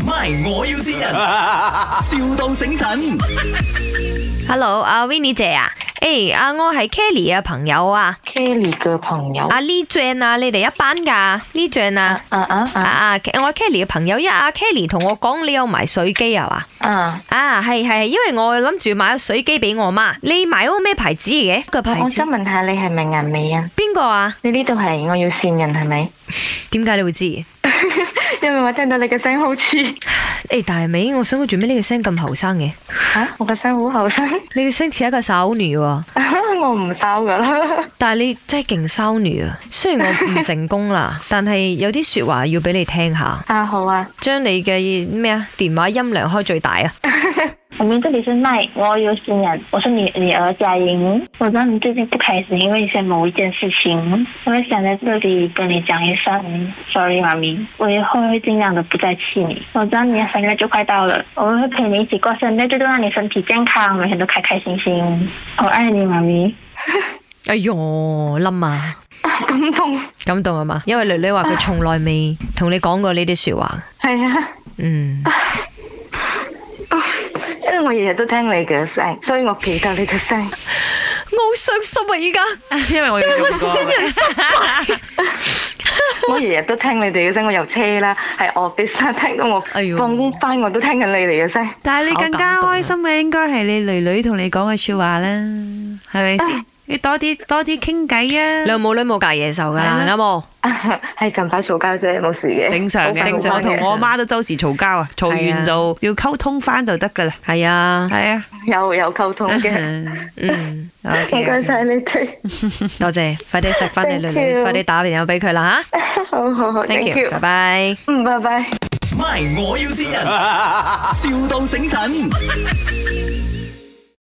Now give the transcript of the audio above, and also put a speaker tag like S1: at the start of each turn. S1: MY，我要先人，, 笑到醒神。
S2: Hello，阿 Winnie 姐啊，誒，啊，我係 Kelly 嘅朋友啊，
S3: Kelly 嘅朋友，
S2: 阿 Lee Jane 啊，你哋一班噶？Lee Jane 啊，
S3: 啊啊
S2: 啊
S3: 啊
S2: 啊，我係 Kelly 嘅朋友，因為阿 Kelly 同我講你有埋水機啊嘛，
S3: 啊！
S2: 啊，係係，係因為我諗住買咗水機俾我媽，你買嗰個咩牌子嘅？個牌
S3: 我
S2: 子
S3: 想問下你係咪顏美欣？
S2: 邊個啊？
S3: 你呢度係我要線人係咪？
S2: 點解你會知？誒、
S3: 因為我聽到你嘅聲好似
S2: 但係咪？我想佢做咩呢個聲咁後生嘅？
S3: 吓、我嘅聲好後生，
S2: 你嘅聲似一個少女喎、
S3: 我唔收噶啦。
S2: 但係你真係勁少女啊！雖然我唔成功啦，但係有啲説話要俾你聽下。
S3: 啊好啊，
S2: 將你嘅咩啊電話音量開最大啊！
S4: 我们这里是麦，我有新人，我是你女儿佳莹。我知道你最近不开心，因为一些某一件事情，我也想在这里跟你讲一声，sorry，妈咪。我以后会尽量的不再气你。我知道你的生日就快到了，我会陪你一起过生日，就让你身体健康，每天都开开心心。我爱你，妈咪。
S2: 哎呦，冧啊！
S3: 咁痛
S2: 感動啊嘛，因為女女話佢從來未同你講過呢啲説話。
S3: 係啊！
S2: 嗯，
S3: 因為我日日都聽你嘅聲，所以我記得 你嘅聲。
S2: 我好傷心啊！依家
S5: 因為我有用過。
S3: 我日日都聽你哋嘅聲，我由車啦，喺 office 啦，聽到我
S2: 哎呦
S3: 放工翻我都聽緊你哋嘅聲。
S5: 但係你更加開心嘅應該係你女女同你講嘅说話啦，係咪先？你多啲多啲傾偈啊
S2: 你！有冇女冇隔野獸㗎啦，
S5: 係
S2: 啱冇？
S3: 係近排嘈交啫，冇事嘅。
S5: 正常
S2: 正
S5: 嘅，
S2: 常
S5: 我同我媽都周時嘈交啊，嘈
S2: 係啊
S5: 完就要溝通翻就得噶啦，
S2: 係啊，
S5: 係啊。
S3: 有有溝通 嘅。
S2: 嗯，
S3: 唔
S5: OK，
S3: 該晒你哋，
S2: 多謝，快啲食翻你女女，
S3: Thank you
S2: 快啲打電話俾佢啦吓
S3: 好好 好
S2: Thank
S3: ，thank
S2: you，
S3: you，
S2: 拜拜。
S3: 嗯，拜拜。
S1: MY，我要先人，,笑到醒神。